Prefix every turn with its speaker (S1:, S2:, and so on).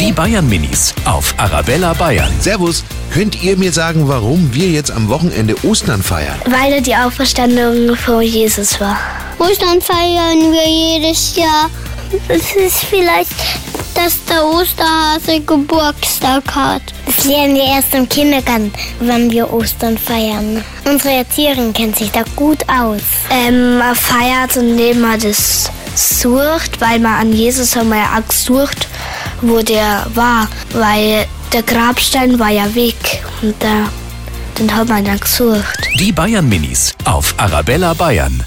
S1: Die Bayern Minis auf Arabella Bayern.
S2: Servus, könnt ihr mir sagen, warum wir jetzt am Wochenende Ostern feiern?
S3: Weil er die Auferstehung von Jesus war.
S4: Ostern feiern wir jedes Jahr. Es ist vielleicht, dass der Osterhase Geburtstag hat.
S3: Das lernen wir erst im Kindergarten, wenn wir Ostern feiern. Unsere Erzieherin kennt sich da gut aus. Ähm, man feiert, indem man das sucht, weil man an Jesus einmal auch sucht, wo der war. Weil der Grabstein war ja weg und da, den hat man dann gesucht.
S1: Die Bayern Minis auf Arabella Bayern.